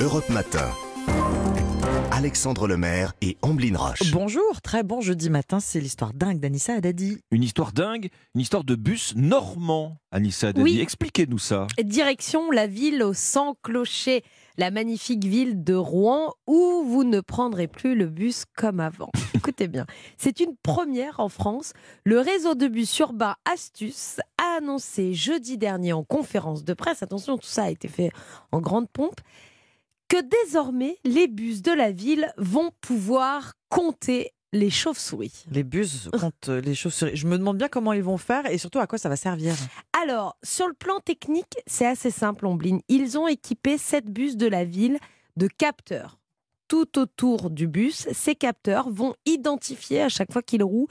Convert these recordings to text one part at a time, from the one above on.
Europe Matin. Alexandre Lemaire et Amblin Roche. Bonjour, très bon jeudi matin, c'est l'histoire dingue d'Anissa Haddadi. Une histoire dingue, une histoire de bus normand, Anissa Haddadi. Oui. Expliquez-nous ça. Direction la ville aux 100 clochers, la magnifique ville de Rouen où vous ne prendrez plus le bus comme avant. Écoutez bien, c'est une première en France. Le réseau de bus urbain Astuce a annoncé jeudi dernier en conférence de presse, attention, tout ça a été fait en grande pompe, que désormais les bus de la ville vont pouvoir compter les chauves-souris. Les bus contre les chauves-souris. Je me demande bien comment ils vont faire et surtout à quoi ça va servir. Alors, sur le plan technique, c'est assez simple, Omblin. Ils ont équipé sept bus de la ville de capteurs. Tout autour du bus, ces capteurs vont identifier à chaque fois qu'ils roulent,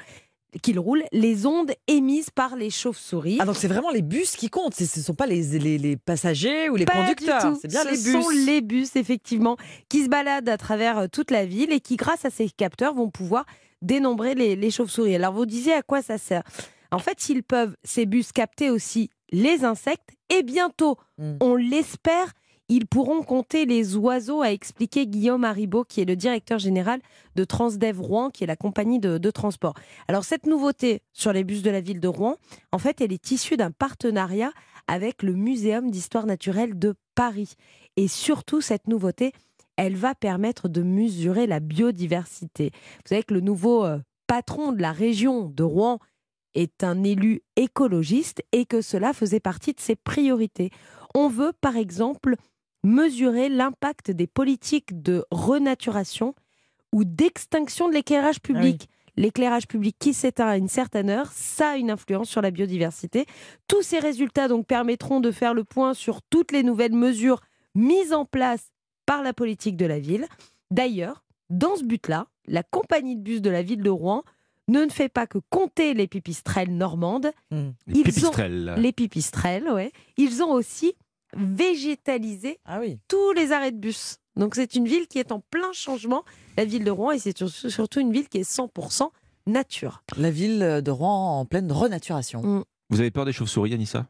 qu'ils roulent les ondes émises par les chauves-souris. Ah donc c'est vraiment les bus qui comptent, c'est- ce ne sont pas les, les, les passagers ou les Pas du conducteurs, tout. c'est bien Ce les bus. sont les bus, effectivement, qui se baladent à travers euh, toute la ville et qui, grâce à ces capteurs, vont pouvoir dénombrer les, les chauves-souris. Alors, vous disiez à quoi ça sert En fait, ils peuvent, ces bus, capter aussi les insectes et bientôt, Mm. on l'espère, ils pourront compter les oiseaux, a expliqué Guillaume Haribault, qui est le directeur général de Transdev Rouen, qui est la compagnie de, de transport. Alors, cette nouveauté sur les bus de la ville de Rouen, en fait, elle est issue d'un partenariat avec le Muséum d'histoire naturelle de Paris. Et surtout, cette nouveauté, elle va permettre de mesurer la biodiversité. Vous savez que le nouveau euh, patron de la région de Rouen est un élu écologiste et que cela faisait partie de ses priorités. On veut, par exemple, mesurer l'impact des politiques de renaturation ou d'extinction de l'éclairage oui. public. L'éclairage public qui s'éteint à une certaine heure, ça a une influence sur la biodiversité. Tous ces résultats donc permettront de faire le point sur toutes les nouvelles mesures mises en place par la politique de la ville. D'ailleurs, dans ce but-là, la compagnie de bus de la ville de Rouen ne ne fait pas que compter les pipistrelles normandes, Hmm. Les Ils pipistrelles. les pipistrelles, ouais. Ils ont aussi végétalisé Ah oui. tous les arrêts de bus. Donc c'est une ville qui est en plein changement, la ville de Rouen, et c'est sur- surtout une ville qui est 100% nature. La ville de Rouen en pleine renaturation. Mm. Vous avez peur des chauves-souris, Anissa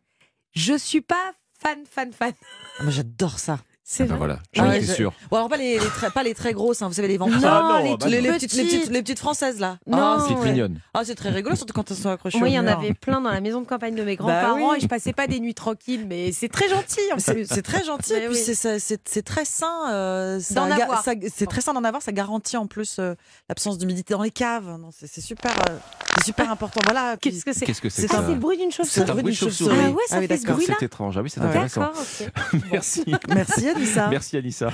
Je suis pas fan, fan, fan. Ah, moi j'adore ça. C'est Ben vrai. Ah voilà, j'en Ouais, étais je- sûr. Bon alors pas les, les très, pas les très grosses, hein, vous savez les ventes. Non, Ah non, les bah toutes les, les petites, petites. les, petites, les petites françaises là. Non. Ah, Une c'est- Petite ouais. mignone. ah, c'est très rigolo, surtout quand elles sont accrochées Oui, au il y en mur. avait plein dans la maison de campagne de mes Bah grands-parents oui. et je passais pas des nuits tranquilles, mais c'est très gentil en C'est plus. c'est très gentil, Mais et puis oui. c'est- c'est- c'est c'est très sain. euh, ça D'en ga- avoir. ça- C'est très sain d'en avoir, ça garantit en plus euh, l'absence d'humidité dans les caves. Non, C'est c'est super, euh, c'est super important. Voilà. puis- Qu'est-ce que c'est Qu'est-ce que c'est C'est que Ah, ça c'est le bruit d'une C'est C'est un un chauve-souris. bruit de bruit de chauve-souris. chauve-souris. Ah ouais, ça Ah oui, fait ce d'accord. bruit-là C'est étrange. Ah oui, c'est Ah ouais. intéressant. D'accord, ok. Merci. Bon. Merci Anissa. Merci, Anissa.